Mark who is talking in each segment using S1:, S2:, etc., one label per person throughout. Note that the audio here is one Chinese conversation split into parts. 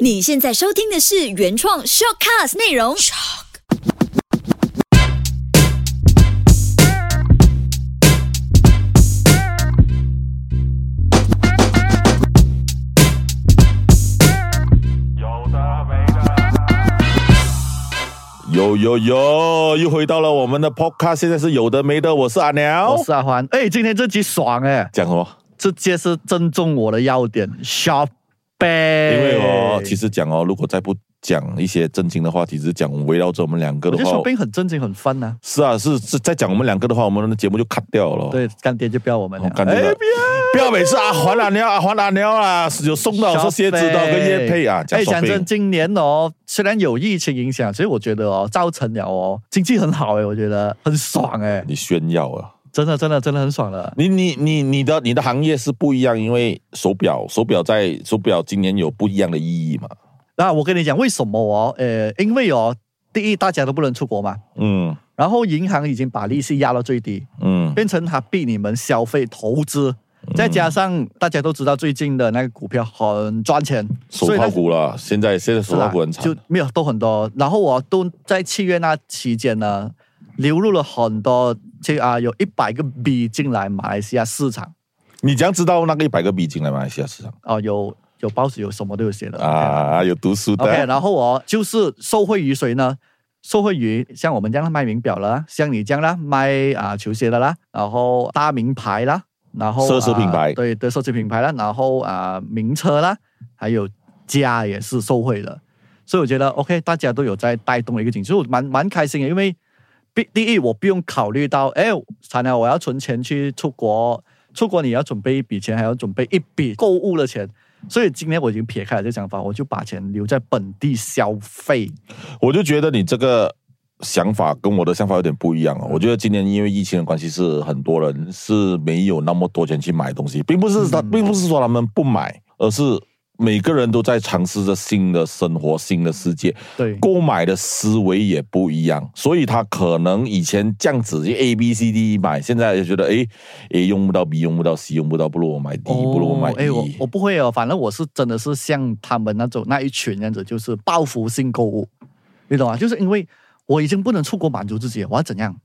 S1: 你现在收听的是原创 shortcast 内容。
S2: 有的没的。
S3: 有有有，又回到了我们的 podcast，现在是有的没的，我是阿鸟
S4: 我。是阿欢。哎，今天这集爽哎，
S3: 讲什么？
S4: 这届是正中我的要点，shopping。
S3: 因
S4: 因
S3: 为哦，其实讲哦，如果再不讲一些正经的话题，只是讲围绕着我们两个
S4: 我
S3: 的
S4: 觉得
S3: 话，
S4: shopping 很正经，很 fun 呐、
S3: 是啊，是是再讲我们两个的话，我们的节目就 cut 掉了。，
S4: 对，干爹就不要我们了
S3: 我。感觉到哦不要每次阿环阿鸟阿环阿鸟啊，有送到说鞋子的跟叶配啊，讲
S4: 哎，讲
S3: shopping
S4: 真，今年哦，虽然有疫情影响，其实我觉得哦，造成了哦，经济很好哎，我觉得很爽哎，
S3: 你炫耀啊。
S4: 真的真的真的很爽了。
S3: 你你你你的你的行业是不一样，因为手表手表在手表今年有不一样的意义嘛。
S4: 那我跟你讲，为什么哦？呃，因为哦，第一大家都不能出国嘛，
S3: 嗯
S4: 然后银行已经把利息压到最低，
S3: 嗯
S4: 变成它逼你们消费投资，再加上大家都知道最近的那个股票很赚钱，
S3: 手
S4: 所以它啊
S3: 套股了，现在现在手套股很惨
S4: 就，没有都很多。然后我都在七月那期间呢，流入了很多，这啊有一百个 B 进来马来西亚市场
S3: 你怎样知道那个一百个币进来马来西亚市场
S4: 哦、有有报纸有什么都有写的。
S3: 啊？有读书
S4: OK，,
S3: 的，
S4: 然后我就是受惠于谁呢？受惠于像我们这样卖名表了啦，像你这样啦卖啊球鞋的啦，然后大名牌啦，然后
S3: 奢侈
S4: 啊
S3: 品牌
S4: 对对奢侈品牌啦，然后啊名车啦，还有家也是受惠的，所以我觉得 OK，大家都有在带动一个景气，所以我蛮蛮开心的，因为第第一我不用考虑到，哎，惨了，我要存钱去出国，出国你要准备一笔钱，还要准备一笔购物的钱，所以今年我已经撇开了这想法，我就把钱留在本地消费。
S3: 我就觉得你这个想法跟我的想法有点不一样哦。我觉得今年因为疫情的关系，是很多人是没有那么多钱去买东西，并不
S4: 嗯
S3: 是他，并不是说他们不买，而是每个人都在尝试着新的生活、新的世界。
S4: 对，
S3: 购买的思维也不一样，所以他可能以前这样子就 A B C D 买，现在就觉得诶诶用不到 B 用不到 C 用不到，不如我买 D，、不如我买 E。
S4: 哎，我我不会哦，反正我是真的是像他们那种那一群样子，就是报复性购物，你懂吗？就是因为我已经不能出国满足自己了，我要怎样？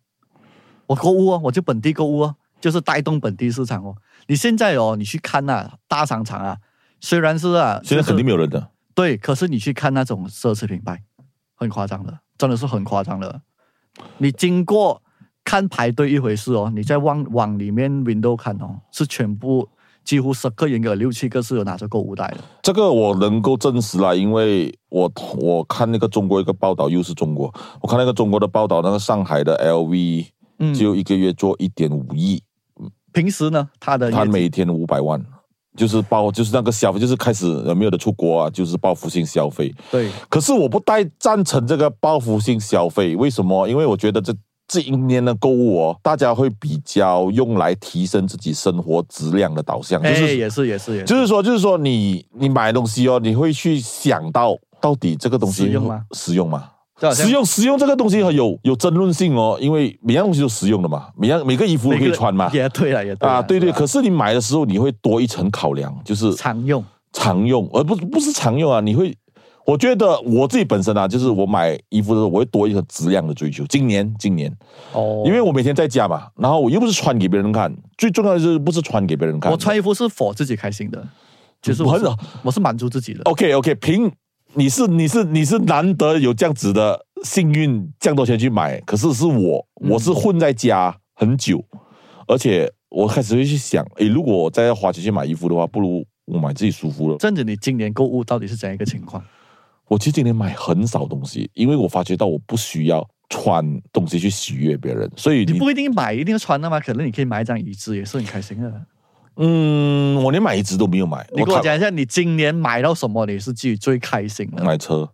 S4: 我购物哦，我就本地购物哦，就是带动本地市场哦。你现在哦，你去看呐、大商场啊，虽然是啊，
S3: 现在肯定没
S4: 没
S3: 有人的，
S4: 对，可是你去看那种奢侈品牌，很夸张的，真的是很夸张的。你经过看排队一回事哦，你在往往里面 window 看哦，是全部几乎十个人有六七个是有拿着购物袋的。
S3: 这个我能够证实啦，因为我我看那个中国一个报道，又是中国，我看那个中国的报道，那个上海的 LV
S4: 嗯，
S3: 只有一个月做一点五亿，
S4: 平时呢，他的
S3: 他
S4: 业绩
S3: 每天五百万。就是报，就是那个消费，就是开始呃没有的出国啊，就是报复性消费。
S4: 对
S3: 可是我不太赞成这个报复性消费，为什么？因为我觉得这这一年的购物哦，大家会比较用来提升自己生活质量的导向，就
S4: 哎、
S3: 是、
S4: 也是也是也是，
S3: 就是说，就是说你你买东西哦，你会去想到到底这个东西
S4: 实用吗？
S3: 实用吗？
S4: 就好像
S3: 实用实用这个东西很有有争论性哦，因为每样东西都实用的嘛，每样每个衣服都
S4: 每
S3: 可
S4: 个
S3: 以穿嘛。
S4: 也对了也对
S3: 啊，
S4: 啦
S3: 对对，
S4: 是吧
S3: 可是你买的时候，你会多一层考量，就是
S4: 常用
S3: 常用，而不不是常用啊，你会。我觉得我自己本身啊，就是我买衣服的时候，我会多一个质量的追求。今年，今年，
S4: 哦，
S3: 因为我每天在家嘛，然后我又不是穿给别人看，最重要的是不是穿给别人看。
S4: 我穿衣服是否自己开心的，就是我是
S3: 很
S4: 我是满足自己的。
S3: OK OK，凭你是你是你是难得有这样子的幸运，这样多钱去买。可是是我，
S4: 嗯
S3: 我是混在家很久，而且我开始会去想，诶，如果我再要花钱去买衣服的话，不如我买自己舒服的。
S4: 这样子，你今年购物到底是怎样一个情况？
S3: 我其实今年买很少东西，因为我发觉到我不需要穿东西去喜悦别人，所以
S4: 你
S3: 你
S4: 不一定买一定要穿的嘛，可能你可以买一张椅子，也是很开心的。
S3: 嗯，我连买一只都没有买。
S4: 你跟我
S3: 看
S4: 讲一下，你今年买到什么，你是自己最开心的？
S3: 买车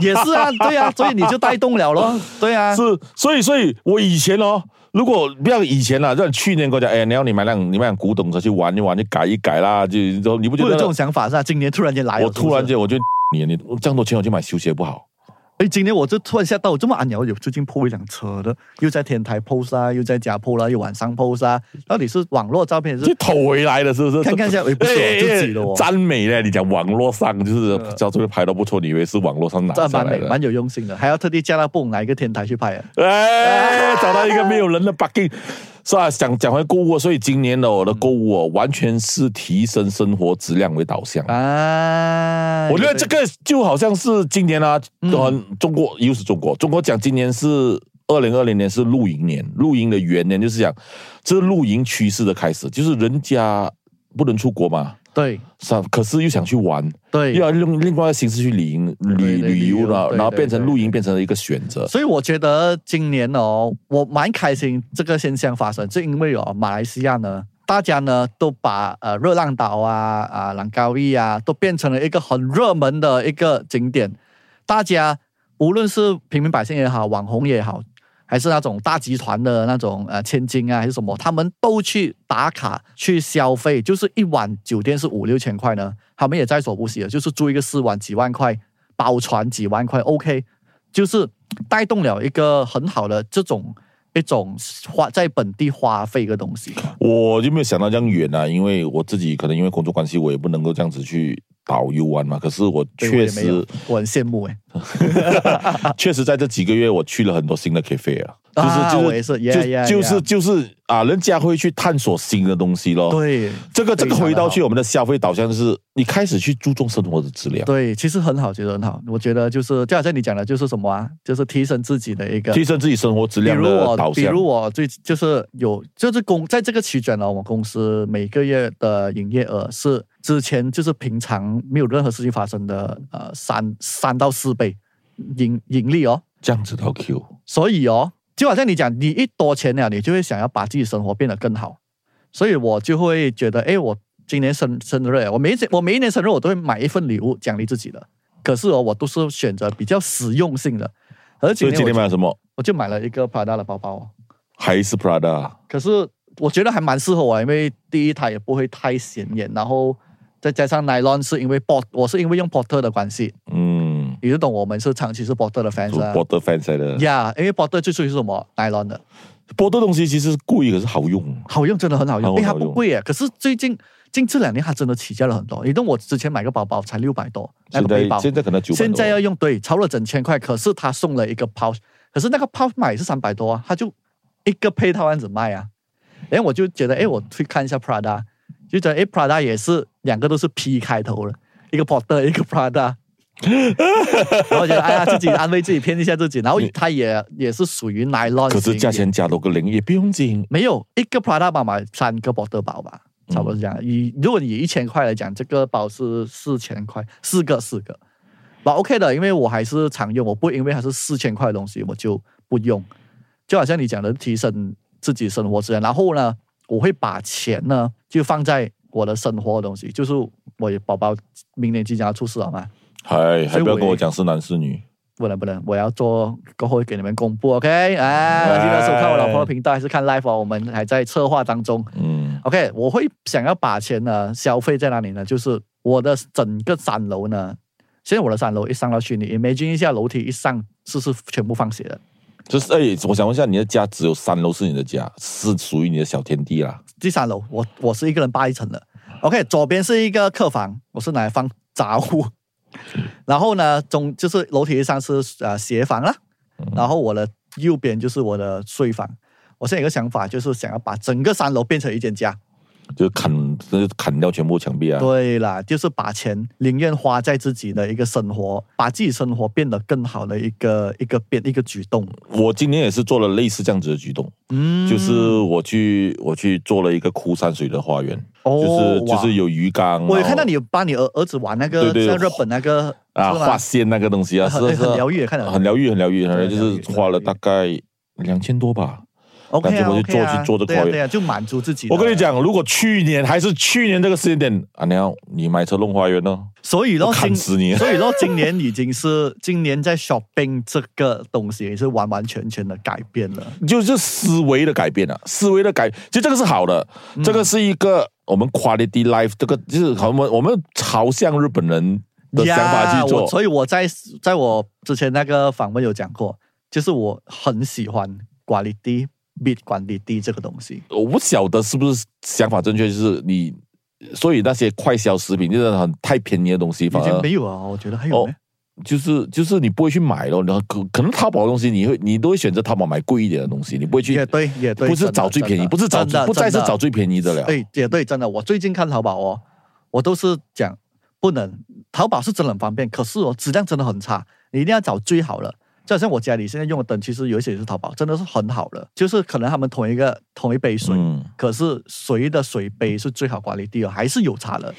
S4: 也是啊，对啊，所以你就带动了咯，对啊，
S3: 是，所以所以我以前哦，如果不要以前啦，让去年跟我讲，哎，你要你买辆你买辆古董车去玩一玩，去改一改啦，就你不
S4: 会
S3: 觉
S4: 有
S3: 得
S4: 这种想法是吧？今年突然间来了，
S3: 我突然
S4: 是
S3: 间我就你你这样多钱我去买球鞋不好？
S4: 不哎，今天我就突然吓到，我这么安然，我有最近 po 一辆车的，又在天台 pose 啊，又在家 pose 啦、又晚上 pose 啊，到底是网络照片还？
S3: 就是 偷回来的，是不是？
S4: 看看一下哎不 是我
S3: 哎
S4: 自己的哦
S3: 哎赞美嘞！你讲网络上就是
S4: 嗯
S3: 照片拍的不错，你以为是网络上拿
S4: 这
S3: 下
S4: 蛮
S3: 来
S4: 美，
S3: 的？
S4: 蛮有用心的，还要特地叫他蹦哪一个天台去拍啊？
S3: 哎，找到一个没有人的 bugging。是啊，讲讲回购物，所以今年的我的购物哦，完全是提升生活质量为导
S4: 哎
S3: 向。
S4: 啊，
S3: 我觉得这个就好像是今年啊，
S4: 嗯
S3: 嗯，中国又是中国，中国讲今年是二零二零年是露营年，露营的元年就是讲这是露营趋势的开始，就是人家不能出国嘛，
S4: 对
S3: 是啊，可是又想去玩，
S4: 对
S3: 又要用另外的形式去旅营
S4: 对
S3: 旅
S4: 对
S3: 旅游
S4: 旅游
S3: 了，
S4: 对
S3: 然后
S4: 对
S3: 变成
S4: 对
S3: 露营变成了一个选择。
S4: 所以我觉得今年哦，我蛮开心这个现象发生，是因为哦，马来西亚呢，大家呢都把呃热浪岛啊、啊兰高义啊，都变成了一个很热门的一个景点。大家无论是平民百姓也好，网红也好，还是那种大集团的那种呃千金啊还是什么，他们都去打卡去消费，就是一晚酒店是五六千块呢，他们也在所不惜的，就是住一个四晚几万块，包船几万块，OK，就是带动了一个很好的这种一种花在本地花费的东西。
S3: 我就没有想到这样远啊，因为我自己可能因为工作关系，我也不能够这样子去导游玩嘛。可是我
S4: 对我也
S3: 确
S4: 没有
S3: 实，
S4: 我很羡慕哎、
S3: 确实在这几个月，我去了很多新的 cafe 啊，就是、
S4: 啊
S3: 就是
S4: 我也是
S3: 就
S4: yeah, yeah,
S3: 就是
S4: yeah
S3: 就是啊，人家会去探索新的东西咯。，
S4: 对，
S3: 这个这个
S4: 非常
S3: 回到
S4: 好
S3: 去我们的消费导向，就是你开始去注重生活的质量，
S4: 对，其实很好，其实很好。我觉得就是就好像你讲的，就是什么啊，就是提升自己的一个
S3: 提升自己生活质量
S4: 比如
S3: 的导
S4: 我，比
S3: 向
S4: 如。我最就是有，就是公在这个期间呢，我们公司每个月的营业额是之前就是平常没有任何事情发生的呃三三到四倍盈盈利哦。
S3: 这样子到 Q，
S4: 所以哦，就好像你讲，你一多钱了，你就会想要把自己生活变得更好。所以我就会觉得，哎，我今年生生日，我每一次我每一年生日我都会买一份礼物奖励自己的。可是哦，我都是选择比较实用性的，而且
S3: 所以今天买了什么？
S4: 我就买了一个 Prada 的包包、哦。
S3: 还是 Prada？
S4: 可是我觉得还蛮适合我，因为第一它也不会太显眼，然后再加上 nylon 是因为 port，我是因为用 porter 的关系，
S3: 嗯，
S4: 你就懂我们是长期是 porter 的 fans
S3: 做
S4: 啊。
S3: 波特 fans 来的，
S4: 呀因为 porter 最出是什么 nylon 的，
S3: 波特东西其实是贵，可是好用。
S4: 好用，真的很好用，
S3: 好
S4: 因为
S3: 用
S4: 它
S3: 好
S4: 不
S3: 用
S4: 贵耶。可是最近近这两年它真的起价了很多，你懂我之前买个包包才六百多，那
S3: 现
S4: 个背包
S3: 在现在可能九百多。
S4: 现在要用对超了整千块，可是他送了一个抛，可是那个抛买是三百多啊，他就一个配套这样子卖啊。然后我就觉得，哎，我去看一下 Prada，就觉得哎，Prada 也是两个都是 P 开头的，一个 Porter，一个 Prada。然后觉得哎呀，自己安慰自己，骗一下自己。然后它也也是属于 nylon，
S3: 可是
S4: 型
S3: 价
S4: 也
S3: 钱加多个零也不用紧。
S4: 没有一个 Prada 吧买三个 Porter 包吧，差不多是这样。以如果你以一千块来讲，这个包是四千块，四个四个，吧 OK 的，因为我还是常用，我不会因为它是四千块的东西我就不用。就好像你讲的，提升自己生活质量，然后呢，我会把钱呢就放在我的生活的东西，就是我宝宝明年即将要出世了嘛，
S3: 还还
S4: 所以
S3: 不要
S4: 我
S3: 跟
S4: 也
S3: 我讲是男是女，
S4: 不能不能，我要做过后会给你们公布，OK？哎，记得收看我老婆的频道还是看 live 哦，我们还在策划当中。
S3: 嗯，
S4: OK，我会想要把钱呢消费在哪里呢？就是我的整个三楼呢，现在我的三楼一上到去，你 imagine 一下楼梯一上是是全部放血的，
S3: 就是哎，我想问一下，你的家只有三楼是你的家，是属于你的小天地啦。
S4: 第三楼我我是一个人霸一层的。OK，左边是一个客房，我是拿来放杂物，然后呢中就是楼梯上是呃鞋房啦，然后我的右边就是我的睡房。我现在有个想法，就是想要把整个三楼变成一间家。
S3: 就砍，就是砍掉全部墙壁啊！
S4: 对啦，就是把钱宁愿花在自己的一个生活，把自己生活变得更好的一个一个变一个举动。
S3: 我今年也是做了类似这样子的举动，
S4: 嗯
S3: 就是我去我去做了一个枯山水的花园，
S4: 哦
S3: 就是
S4: 哇
S3: 就是有鱼缸。
S4: 我有
S3: 然后
S4: 看到你有帮你儿儿子玩那
S3: 对
S4: 个
S3: 对
S4: 在日本那个
S3: 啊
S4: 是吗
S3: 画线那个东西啊，
S4: 很
S3: 是
S4: 很
S3: 是
S4: 很疗愈看到
S3: 很疗愈，很疗愈，很疗愈，
S4: 对
S3: 就
S4: 疗愈
S3: 是花了大概两千多吧。
S4: OK
S3: 感
S4: 啊
S3: 觉我去做
S4: OK 啊
S3: 去做这个
S4: 对啊
S3: 花园
S4: 对啊，就满足自己。
S3: 我跟你，讲，如果去年还是去年这个时间点，啊，你要你买车弄花园呢？
S4: 所以咯
S3: 我，砍
S4: 今
S3: 死你
S4: 所以咯，今年已经是今年在 shopping 这个东西也是完完全全的改变了。
S3: 就是思维的改变啊，思维的改，其实这个是好的，
S4: 嗯
S3: 这个是一个我们 quality life，这个就是我们我们朝向日本人的想法去
S4: 呀我
S3: 做。
S4: 所以我在在我之前那个访问有讲过，就是我很喜欢管理低 b i t 管理低这个东西。
S3: 我不晓得是不是想法正确，就是你，所以那些快消食品就是很太便宜的东西，
S4: 已
S3: 反
S4: 经
S3: 而
S4: 没有啊，我觉得还
S3: 哦
S4: 有没、
S3: 就是就是你不会去买咯，然后可可能淘宝的东西你会你都会选择淘宝买贵一点的东西，你不会去
S4: 也对，也对，
S3: 不是
S4: 真的
S3: 找最便宜，
S4: 真的
S3: 不是找
S4: 真的
S3: 不再是
S4: 真的
S3: 找最便宜的了。
S4: 对，也对，真的，我最近看淘宝哦，我都是讲不能，淘宝是真的很方便，可是哦，质量真的很差，你一定要找最好的。就好像我家里现在用的灯，其实有一些也是淘宝，真的是很好的，就是可能他们同一个同一杯水，
S3: 嗯，
S4: 可是谁的水杯是最好管理地哦，还是有差的，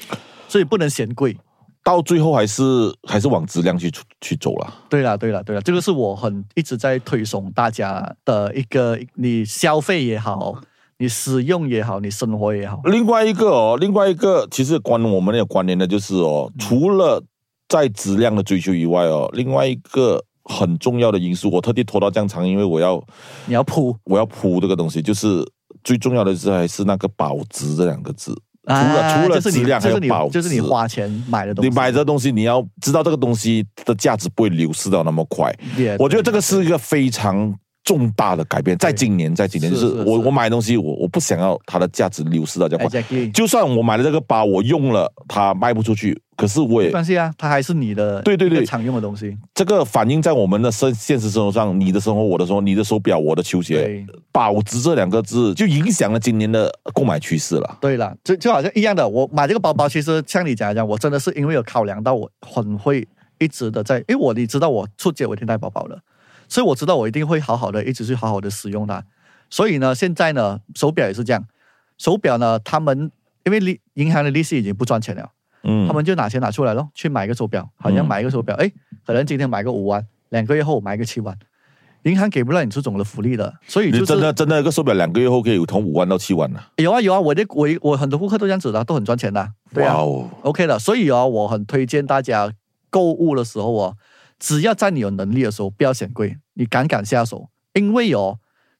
S4: 所以不能嫌贵。
S3: 到最后还是还是往质量去去走了。
S4: 对啦，对啦，对啦，这个是我很一直在推崇大家的一个，你消费也好，你使用也好，你生活也好，
S3: 另外一个哦，另外一个其实关我们有关联的就是哦，除了在质量的追求以外哦，另外一个很重要的因素，我特地拖到这样长，因为我要
S4: 你要铺。
S3: 我要铺这个东西，就是最重要的是还是那个保值这两个字。除了、
S4: 啊
S3: 除了
S4: 就是你
S3: 质量，还有
S4: 就是你
S3: 保值，
S4: 就是你花钱买的东西，
S3: 你买这东西，你要知道这个东西的价值不会流失到那么快。
S4: 也
S3: 我觉得这个是一个非常重大的改变，在今年，在今年就是是
S4: 是
S3: 我
S4: 是哎
S3: 我买东西，我我不想要它的价值流失到这样快。
S4: exactly
S3: 就算我买了这个包，我用了它卖不出去，可是我
S4: 没
S3: 也
S4: 关系啊，它还是你的
S3: 对对对
S4: 一个常用的东西，
S3: 这个反映在我们的生现实生活上，你的生活，我的生活，你的手表，我的球鞋，
S4: 对
S3: 保值这两个字就影响了今年的购买趋势了。
S4: 对了，就就好像一样的，我买这个包包，其实像你讲的这样，我真的是因为有考量到我很会一直的在，因为我你知道我出街我一定带包包的，所以我知道我一定会好好的一直去好好的使用它，所以呢，现在呢手表也是这样，手表呢他们因为利银行的利息已经不赚钱了。
S3: 嗯，
S4: 他们就拿钱拿出来咯，去买一个手表，好像
S3: 嗯
S4: 买一个手表，哎、可能今天买个五万，两个月后买个七万，银行给不到你这种的福利的，所以
S3: 你
S4: 就是
S3: 真的真的一个手表，两个月后可以有从五万到七万了。
S4: 有啊有啊，我的我我很多顾客都这样子的，都很赚钱的，对啊
S3: 哇哦，
S4: ，OK 的，所以啊，我很推荐大家购物的时候哦，只要在你有能力的时候，不要嫌贵，你敢敢下手，因为哦。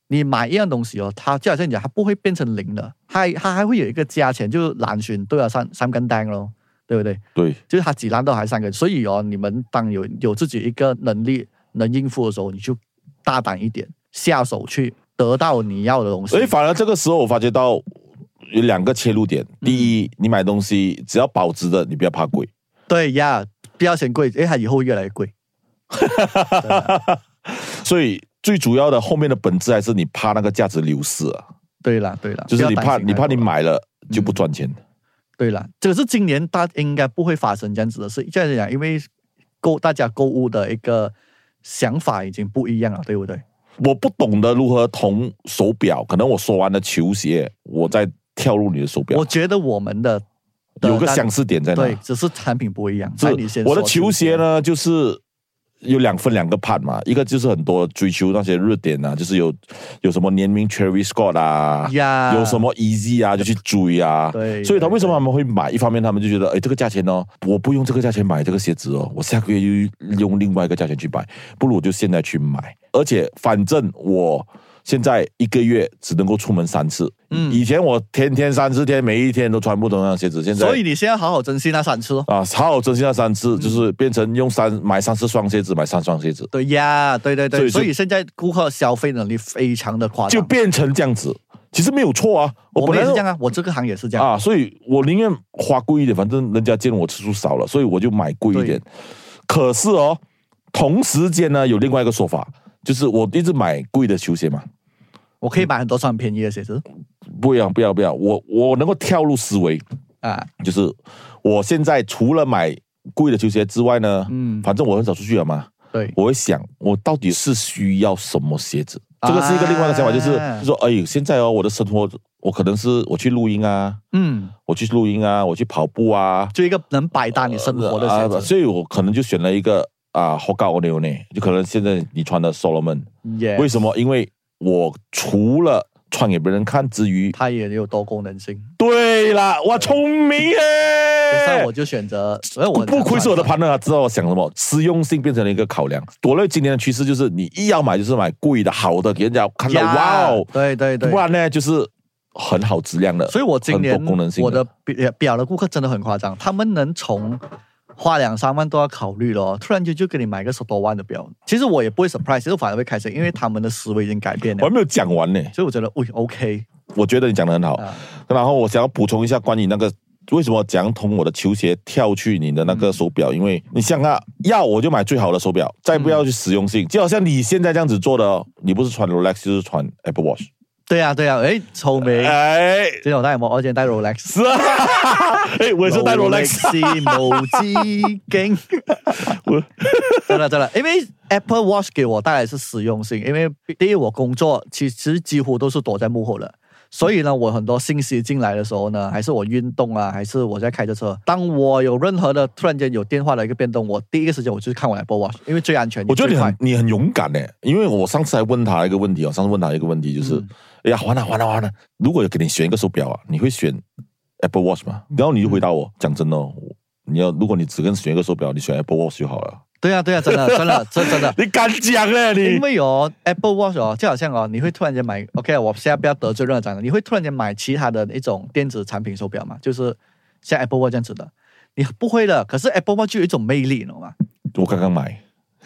S4: 你买一样东西哦，它就好像你讲，它不会变成零的，它还它还会有一个价钱，就是蓝裙都要三三根单咯，对不对？
S3: 对，
S4: 就是它几烂都还三个，所以哦，你们当有有自己一个能力能应付的时候，你就大胆一点下手去得到你要的东西
S3: 所以。反而这个时候我发觉到有两个切入点：
S4: 嗯
S3: 第一，你买东西只要保值的，你不要怕贵。
S4: 对呀，不要嫌贵，因为它以后会越来越贵。真的
S3: 所以最主要的后面的本质还是你怕那个价值流失啊，
S4: 对啦，对啦，
S3: 就是你
S4: 不要
S3: 怕
S4: 担心
S3: 你怕你
S4: 太多了。嗯
S3: 买了就不赚钱。
S4: 对啦，这个是今年大应该不会发生这样子的事。这样讲，因为购大家购物的一个想法已经不一样了，对不对？
S3: 我不懂得如何同手表，可能我说完了球鞋，我再跳入你的手表
S4: 我，觉得我们的
S3: 啊
S4: 的
S3: 有个
S4: 大
S3: 相似点在哪？
S4: 对，只是产品不一样。
S3: 是
S4: 那你先
S3: 我的
S4: 说
S3: 球鞋？呢，就是有两分两个判嘛，一个就是很多追求那些热点啊，就是有有什么联名 Cherry Scott 啊，
S4: 呀，
S3: 有什么 Easy 啊，就去追啊。
S4: 对
S3: 所以他
S4: 对
S3: 为什么
S4: 对
S3: 他们会买？一方面他们就觉得，哎，这个价钱哦，我不用这个价钱买这个鞋子哦，我下个月又用另外一个价钱去买，不如我就现在去买。而且反正我现在一个月只能够出门三次，
S4: 嗯
S3: 以前我天天三四天，每一天都穿不同样的鞋子，现在
S4: 所以你嗯先要好好珍惜那三次哦。
S3: 啊，好好珍惜那三次，就是变成用三买三四双鞋子，买三双鞋子，
S4: 对呀，对对
S3: 所
S4: 对，
S3: 以就
S4: 所以现在顾客消费能力非常的夸张，
S3: 就变成这样子。其实没有错啊，
S4: 啊我
S3: 本
S4: 们
S3: 来
S4: 也是
S3: 都
S4: 这样啊，我这个行也是这样，
S3: 啊，所以我宁愿花贵一点，反正人家见我次数少了，所以我就买贵一点。可是哦，同时间呢，有另外一个说法，就是我一直买贵的球鞋嘛，
S4: 我可以买很多双便宜的鞋子
S3: 不要不要不要，我我能够跳入思维，
S4: 啊，
S3: 就是我现在除了买贵的球鞋之外呢，
S4: 嗯，
S3: 反正我很少出去了嘛，
S4: 对，
S3: 我会想，我到底是需要什么鞋子？这个是一个另外一个想法，就是
S4: 啊
S3: 就是说，哎呦，现在哦，我的生活，我可能是我去露营啊，
S4: 嗯，
S3: 我去露营啊，我去跑步啊，
S4: 就一个能百搭你生活的
S3: 啊
S4: 鞋子，
S3: 所以我可能就选了一个啊 h o k a o n e o n e 就可能现在你穿的 Solomon，
S4: 耶
S3: 为，什么？因为我除了穿给别人看之余，
S4: 它也有多功能性，
S3: 对啦，我聪明耶
S4: 所以！我就选择，所以我
S3: 哎不愧是我的盘，啊，知道我想什么，实用性变成了一个考量。我认为今年的趋势就是，你一要买就是买贵的、好的，给人家看到
S4: 呀
S3: 哇哦，
S4: 对对对
S3: 不。然呢就是很好质量的。
S4: 所以我今年
S3: 很多功能性的
S4: 我的表表的顾客真的很夸张，他们能从花两三万都要考虑咯，突然间就给你买个十多万的表，其实我也不会 surprise，其实反而会开心，因为他们的思维已经改变
S3: 我
S4: 了
S3: 还，没有讲完呢。
S4: 所以我觉得，喂，OK，
S3: 我觉得你讲的很好。
S4: 啊
S3: 然后我想要补充一下关于那个为什么讲通我的球鞋跳去你的那个手表，因为你想啊，要我就买最好的手表，再不要去实用性，就好像你现在这样子做的哦，你不是穿 Rolex 就是穿 Apple Watch，
S4: 对呀、对呀、啊诶，臭美，
S3: 哎，
S4: 这种戴我，我今天戴 Rolex，
S3: 是啊，哎， 我也是戴 Rolex，
S4: 无止境。
S3: 我
S4: 真的真的，因为 Apple Watch 给我带来是实用性，因为第一我工作其实几乎都是躲在幕后的，所以呢，我很多信息进来的时候呢，还是我运动啊，还是我在开着车，当我有任何的突然间有电话的一个变动，我第一个时间我就是看我 Apple Watch，因为最安全，
S3: 我觉得
S4: 最
S3: 你
S4: 快
S3: 很。你很勇敢呢，因为我上次还问他一个问题哦，上次问他一个问题就是，哎呀，完了完了完了，如果有给你选一个手表啊，你会选 Apple Watch 吗？然后你就回答我，讲真的哦，我你要如果你只跟选一个手表，你选 Apple Watch 就好了。。
S4: 对啊对啊，真的真的真真的
S3: 你敢讲嘞
S4: 因
S3: 你？
S4: 为哦，Apple Watch 哦，就好像哦，你会突然间买，OK，我现在不要得罪任何厂商，你会突然间买其他的一种电子产品手表嘛？就是像 Apple Watch 这样子的，你不会的。可是 Apple Watch 就有一种魅力，你懂吗？
S3: 我刚刚买，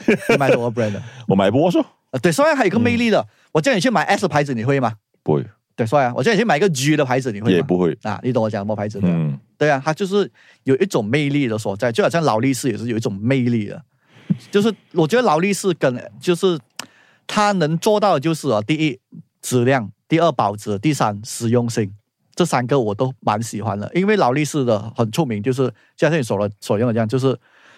S4: 你买什么 brand 的？
S3: 我买 Apple Watch 哦
S4: 啊，对，所以还有一个魅力的，我叫你去买 S 牌子，你会吗？
S3: 不会，
S4: 对，所以啊，我叫你去买一个 G 的牌子，你会吗？
S3: 也不会。
S4: 啊，你懂我讲什么牌子的？
S3: 嗯，
S4: 对啊，它就是有一种魅力的所在，就好像劳力士也是有一种魅力的，就是我觉得劳力士跟就是它能做到的就是啊，第一质量，第二保值，第三实用性，这三个我都蛮喜欢的，因为劳力士的很出名，就是就像你所了所用的这样，就是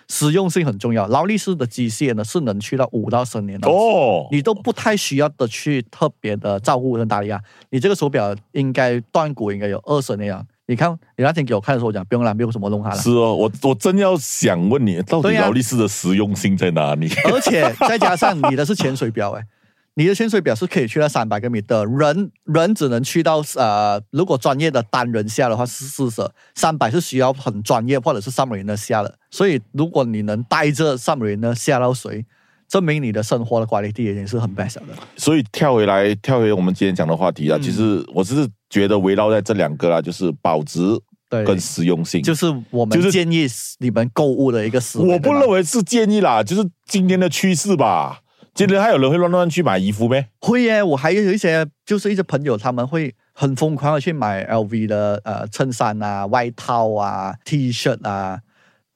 S4: 实用性很重要。劳力士的机械呢是能去到五到十年的。
S3: 哦，
S4: 你都不太需要的去特别的照顾跟打理啊。你这个手表应该断骨应该有二十年了。你看，你那天给我看的时候，我讲不用了，没有什么弄它了。
S3: 是哦，我我真要想问你，到底
S4: 对呀
S3: 劳力士的实用性在哪里？
S4: 而且再加上你的是潜水表、哎，你的潜水表是可以去到三百个米的，人人只能去到呃，如果专业的单人下的话是四十，三百是需要很专业或者是 submarine 的下的。所以如果你能带着 submarine 的下到水，证明你的生活的管理地已经是很 best 的。
S3: 所以跳回来，跳回我们今天讲的话
S4: 嗯
S3: 题啊，其实我是觉得围绕在这两个啦，就是保值
S4: 对，
S3: 跟实用性。
S4: 就是我
S3: 就
S4: 们
S3: 是
S4: 建议你们购物的一个思维。
S3: 我不
S4: 对吧
S3: 认为是建议啦，就是今天的趋势吧。今天还有人会乱乱去买衣服咩？
S4: 会耶，我还有一些就是一些朋友，他们会很疯狂的去买 LV 的呃衬衫啊、外套啊、T 恤啊，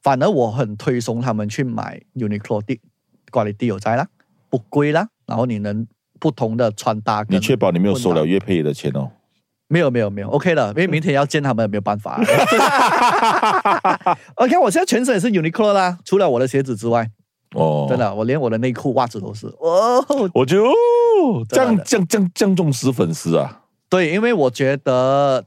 S4: 反而我很推崇他们去买 Uniqlo 的，管理地有在啦，不贵啦，然后你能不同的穿搭跟。
S3: 你确保你没有收
S4: 混搭
S3: 了月配的钱哦。
S4: 没有没有没有，OK 了，因为明天要见他们，没有 办法。OK，我现在全身也是 Uniqlo 啦，除了我的鞋子之外，
S3: 哦，
S4: 真，的，我连我的内裤、袜子都是。哦，
S3: 我哦就这
S4: 真
S3: 样
S4: 的
S3: 这样这样这样重视粉丝啊。
S4: 对，因为我觉得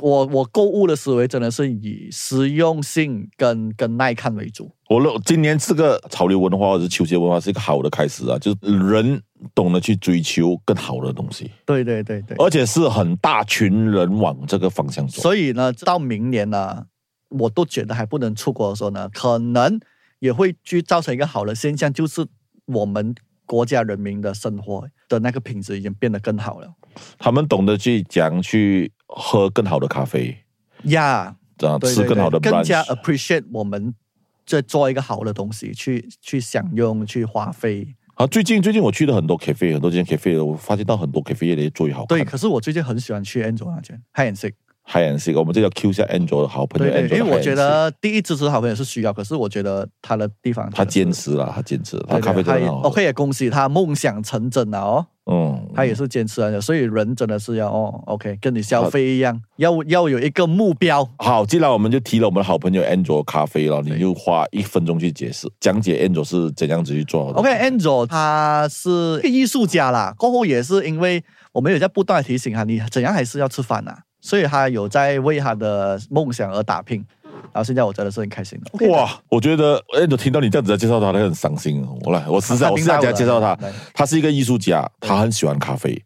S4: 我我购物的思维真的是以实用性跟跟耐看为主。
S3: 我认今年这个潮流文化或者是球鞋文化是一个好的开始啊，就是人懂得去追求更好的东西，
S4: 对对对对，
S3: 而且是很大群人往这个方向走。
S4: 所以呢，到明年呢，我都觉得还不能出国的时候呢，可能也会去造成一个好的现象，就是我们国家人民的生活的那个品质已经变得更好了
S3: 他们懂得去讲去喝更好的咖啡，
S4: 呀。
S3: 啊，
S4: 对
S3: 吃
S4: 对
S3: 更好的
S4: 对，更加
S3: brunch。
S4: appreciate 我们在做一个好的东西，去去享用，去花费。
S3: 啊，最近最近我去了很多 cafe，很多间 cafe，我发现到很多 cafe 越来越做越好看。
S4: 对，可是我最近很喜欢去 Angel 那间 High and Sick。
S3: h i a n s i 我们这叫 Q 一下 Angel 的好朋友
S4: 对
S3: Angel，
S4: 对，因为
S3: 的
S4: 我
S3: High and Sick
S4: 觉得第一支持好朋友是需要，可是我觉得他的地方
S3: 他坚持了，他坚持了，他
S4: 对对
S3: 咖啡真的
S4: 他也
S3: 很好喝。
S4: ，OK 也恭喜他梦想成真了哦，
S3: 嗯，
S4: 他也是坚持了，所以人真的是要哦，OK 跟你消费一样，要要有一个目标。
S3: 好，既然我们就提了我们的好朋友 Angel 咖啡了，
S4: 对
S3: 你就花一分钟去解释讲解 Angel 是怎样子去做的。
S4: OK，Angel、他是一个艺术家啦，过后也是因为我们有在不断的提醒他，你怎样还是要吃饭呐、所以他有在为他的梦想而打拼，然后现在我真的是很开心的。OK 的
S3: 哇，我觉得 Angel 听到你这样子的介绍他，他很伤心。啊我来，我私
S4: 他
S3: 下
S4: 他
S3: 我
S4: 听
S3: 私
S4: 到
S3: 下给他
S4: 了
S3: 介绍他
S4: 对，
S3: 他是一个艺术家，他很喜欢咖啡，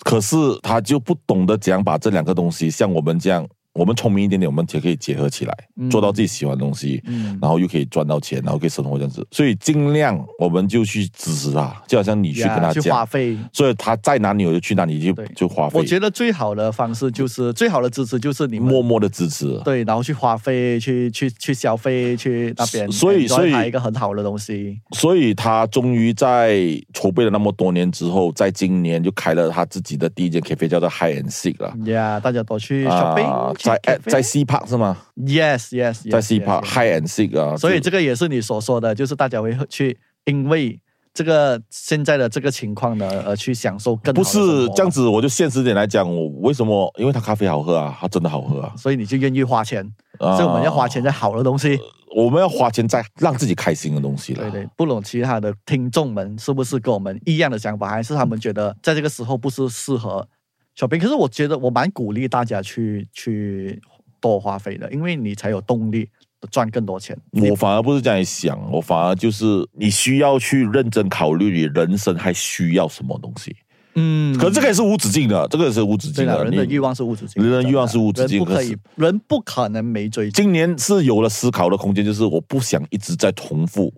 S3: 可是他就不懂得怎样把这两个东西像我们这样我们聪明一点点，我们也可以结合起来，
S4: 嗯
S3: 做到自己喜欢的东西，
S4: 嗯
S3: 然后又可以赚到钱，然后可以生活这样子。所以尽量我们就去支持他，就好像你去跟他
S4: 呀去花
S3: 讲，
S4: 费。
S3: 所以他在哪里我就去哪里就
S4: 对
S3: 就花费
S4: 我，觉得最好的方式就是最好的支持就是你们
S3: 默默的支持。
S4: 对，然后去花费，去去去消费，去那边，
S3: 所以
S4: enjoy
S3: 所以
S4: 它一个很好的东西，
S3: 所以他终于在筹备了那么多年之后，在今年就开了他自己的第一间 cafe，叫做 High and Sick 了。
S4: 呀、yeah,，大家多去
S3: 啊
S4: shopping，、，去
S3: 在
S4: cafe
S3: 在 C Park 是吗？
S4: yes yes，, yes
S3: 在 C
S4: yes,
S3: Park
S4: yes
S3: High and Sick 啊，
S4: 所以这
S3: 个
S4: 个也是你所说的，就是大家会去因为这个现在的这个情况呢，而去享受更
S3: 不
S4: 好的生
S3: 是
S4: 活
S3: 这样，子，我就现实点来讲，我为什么？因为它咖啡好喝啊，它真的好喝啊，
S4: 所以你就愿意花钱，
S3: 啊
S4: 所以我们要花钱，在好的东西。
S3: 我们要花钱在让自己开心的东西了。
S4: 对对，不懂其他的听众们是不是跟我们一样的想法，还是他们觉得在这个时候不是适合 shopping？可是我觉得我蛮鼓励大家去去多花费的，因为你才有动力赚更多钱。
S3: 我反而不是这样想，我反而就是你需要去认真考虑你人生还需要什么东西。
S4: 嗯
S3: 可是这个也是无止境的，这个也是无止
S4: 对
S3: 境
S4: 了，
S3: 的。
S4: 人的
S3: 你
S4: 欲望是无止境的，
S3: 人的欲望是无止境
S4: 人不可
S3: 可
S4: 以
S3: 是，
S4: 人不可能没追求。
S3: 今年是有了思考的空间，就是我不想一直在重复，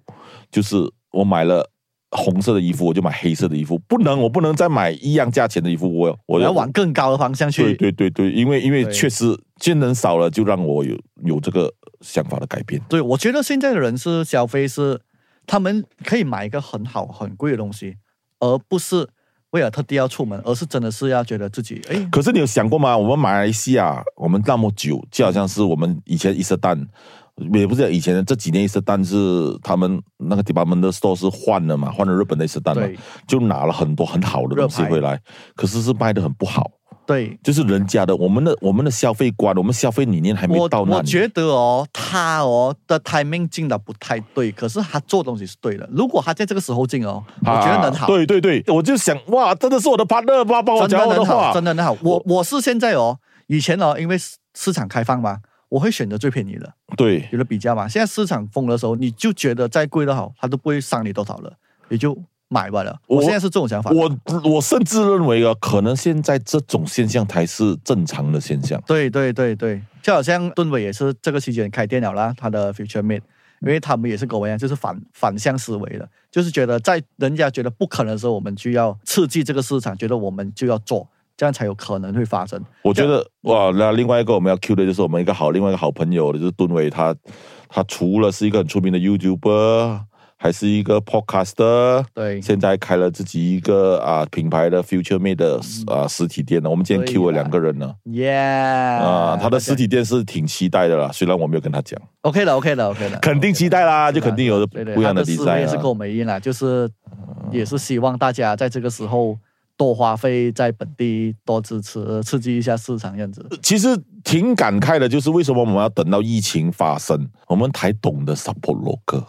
S3: 就是我买了红色的衣服，我就买黑色的衣服，不能，我不能再买一样价钱的衣服，我我
S4: 我要往更高的方向
S3: 对
S4: 去。
S3: 对对对，因为因为
S4: 对
S3: 确实见人少了，就让我有有这个想法的改变。
S4: 对，我觉得现在的人是消费是，他们可以买一个很好很贵的东西，而不是为了特地要出门，而是真的是要觉得自己哎，
S3: 可是你有想过吗？我们马来西亚，我们那么久，就好像是我们以前伊斯蛋，也不是以前这几年伊斯蛋是他们那个 department store 是换了嘛，换了日本的伊斯蛋嘛
S4: 对，
S3: 就拿了很多很好的东西
S4: 热牌
S3: 回来，可是是卖的很不好，
S4: 对
S3: 就是人家的我们的我们的消费观，我们消费理念还没
S4: 我
S3: 到那里。
S4: 我觉得哦，他哦的 timing 进的不太对，可是他做东西是对的。如果他在这个时候进哦，我觉得能好，
S3: 啊对对对，我就想哇，真的是我的 partner 吧，帮我
S4: 真
S3: 讲
S4: 的
S3: 我
S4: 能
S3: 话
S4: 好，，真的能好。我我是现在哦，以前哦，因为市市场开放嘛，我会选择最便宜的，
S3: 对。
S4: 有了比较嘛。现在市场疯的时候，你就觉得再贵的好，它都不会伤你多少了，也就买吧了。
S3: 我
S4: 我现在是这种想法。
S3: 我我甚至认为啊，可能现在这种现象才是正常的现象。
S4: 对对对对，就好像盾伟也是这个期间开店了啦，他的 Future Mate，因为他们也是跟我一样，就是反反向思维的，就是觉得在人家觉得不可能的时候，我们就要刺激这个市场，觉得我们就要做，这样才有可能会发生。
S3: 我觉得哇，那另外一个我们要 Q 的就是我们一个好另外一个好朋友，就是敦伟，他他除了是一个很出名的 YouTuber，还是一个 Podcaster，
S4: 对，
S3: 现在开了自己一个啊品牌的 Future Made
S4: 嗯
S3: 的啊实体店呢。我们今天
S4: 对
S3: Q 了
S4: 啦
S3: 两个人呢，
S4: 耶、
S3: 啊，他的实
S4: 体
S3: 体店是挺期待的啦，虽然我没有跟他讲，
S4: OK 了，OK 了，OK 了，
S3: 肯定
S4: OK
S3: 期
S4: 了
S3: 待啦，
S4: 是
S3: 就
S4: 吧
S3: 肯定有
S4: 对对，
S3: 不一样的
S4: 他思
S3: design
S4: 维也是
S3: 啊
S4: 跟我们一样啦，就是也是希望大家在这个时候多花费在本地，多支持，刺激一下市场这样子。
S3: 其实挺感慨的，就是为什么我们要等到疫情发生，我们才懂得 support local。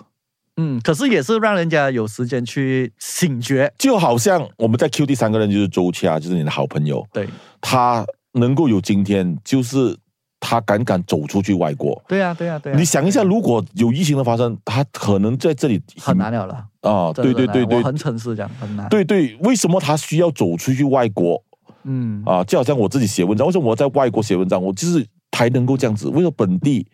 S4: 嗯，可是也是让人家有时间去醒觉。
S3: 就好像我们在 Q 第三个人就是周恰，就是你的好朋友，
S4: 对，
S3: 他能够有今天，就是他敢敢走出去外国。
S4: 对呀、啊，对呀、啊，对呀、
S3: 你想一下，，如果有疫情的发生，他可能在这里
S4: 很难了了。
S3: 啊！
S4: 真的
S3: 对对
S4: 很难
S3: 对
S4: 我
S3: 对
S4: 很诚实讲，很难。，
S3: 对对，为什么他需要走出去外国
S4: 嗯，
S3: 啊？就好像我自己写文章，为什么我在外国写文章，我就是才能够这样子？为了本地，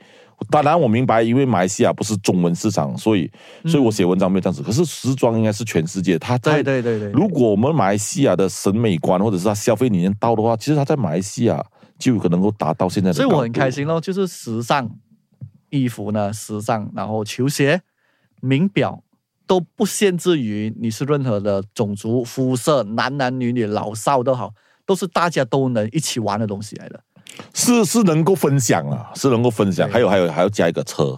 S3: 当然我明白，因为马来西亚不是中文市场，所以所以我写文章没有这样子。可是时装应该是全世界，它在
S4: 嗯对对对对。
S3: 如果我们马来西亚的审美观或者是它消费理念到的话，其实它在马来西亚就有可能够达到现在的。
S4: 所以我很开。心咯，就是时尚衣服呢，时尚，然后球鞋、名表都不限制于你是任何的种族、肤色，男男女女、老少都好，都是大家都能一起玩的东西来的。
S3: 是是能够分享啊，是能够分享。
S4: 对
S3: 还有还有还要加一个车，啊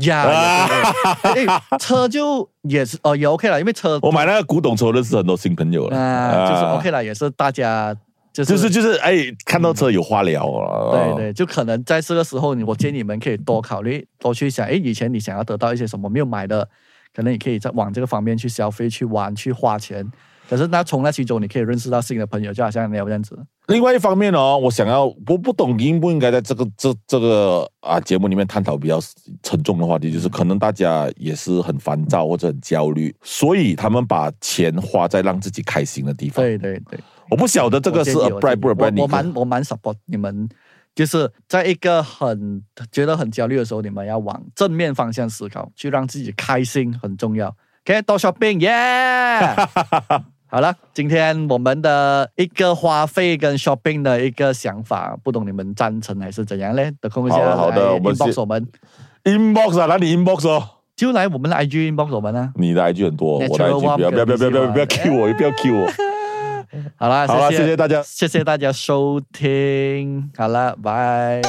S4: 呀、也对哎车就也是哦，也 OK 了，因为车
S3: 我买那个古董车，我认识很多新朋友了。
S4: 啊，就是 OK 了，也是大家就是
S3: 就是就是哎，看到车有话聊啊。
S4: 对对，就可能在这个时候，你我建议你们可以多考虑，多去想，诶，以前你想要得到一些什么没有买的，可能你可以在往这个方面去消费、去玩、去花钱。可是那从那其中，你可以认识到新的朋友，就好像你有这样子，
S3: 另外一方面哦，我想要，我不懂应不应该在这个这这个啊节目里面探讨比较沉重的话题，就是可能大家也是很烦躁或者很焦虑，所以他们把钱花在让自己开心的地方。
S4: 对对对，
S3: 我不晓得这个是
S4: 我建议我
S3: apply 不
S4: 建议
S3: apply 你
S4: 我
S3: 可。
S4: 我蛮我蛮 support 你们就是在一个很觉得很焦虑的时候，你们要往正面方向思考，去让自己开心很重要。OK，多 shopping，耶、 好了，今天我们的一个花费跟 shopping 的一个想法，不懂你们赞成还是怎样嘞？得空一下
S3: 好的好的
S4: 来
S3: 我们
S4: inbox
S3: 是
S4: 我们
S3: inbox 啊，那你 inbox 哦。
S4: 就来我们的 IG inbox 我们啊。
S3: 你的 IG 很多，我的
S4: Natural
S3: IG 不要
S4: warm
S3: 不要不要不要不要不要
S4: 跟
S3: Q 我，不要 Q 我。
S4: 好啦，
S3: 好了，
S4: 谢
S3: 谢谢大家。
S4: 谢谢大家收听，好了，拜。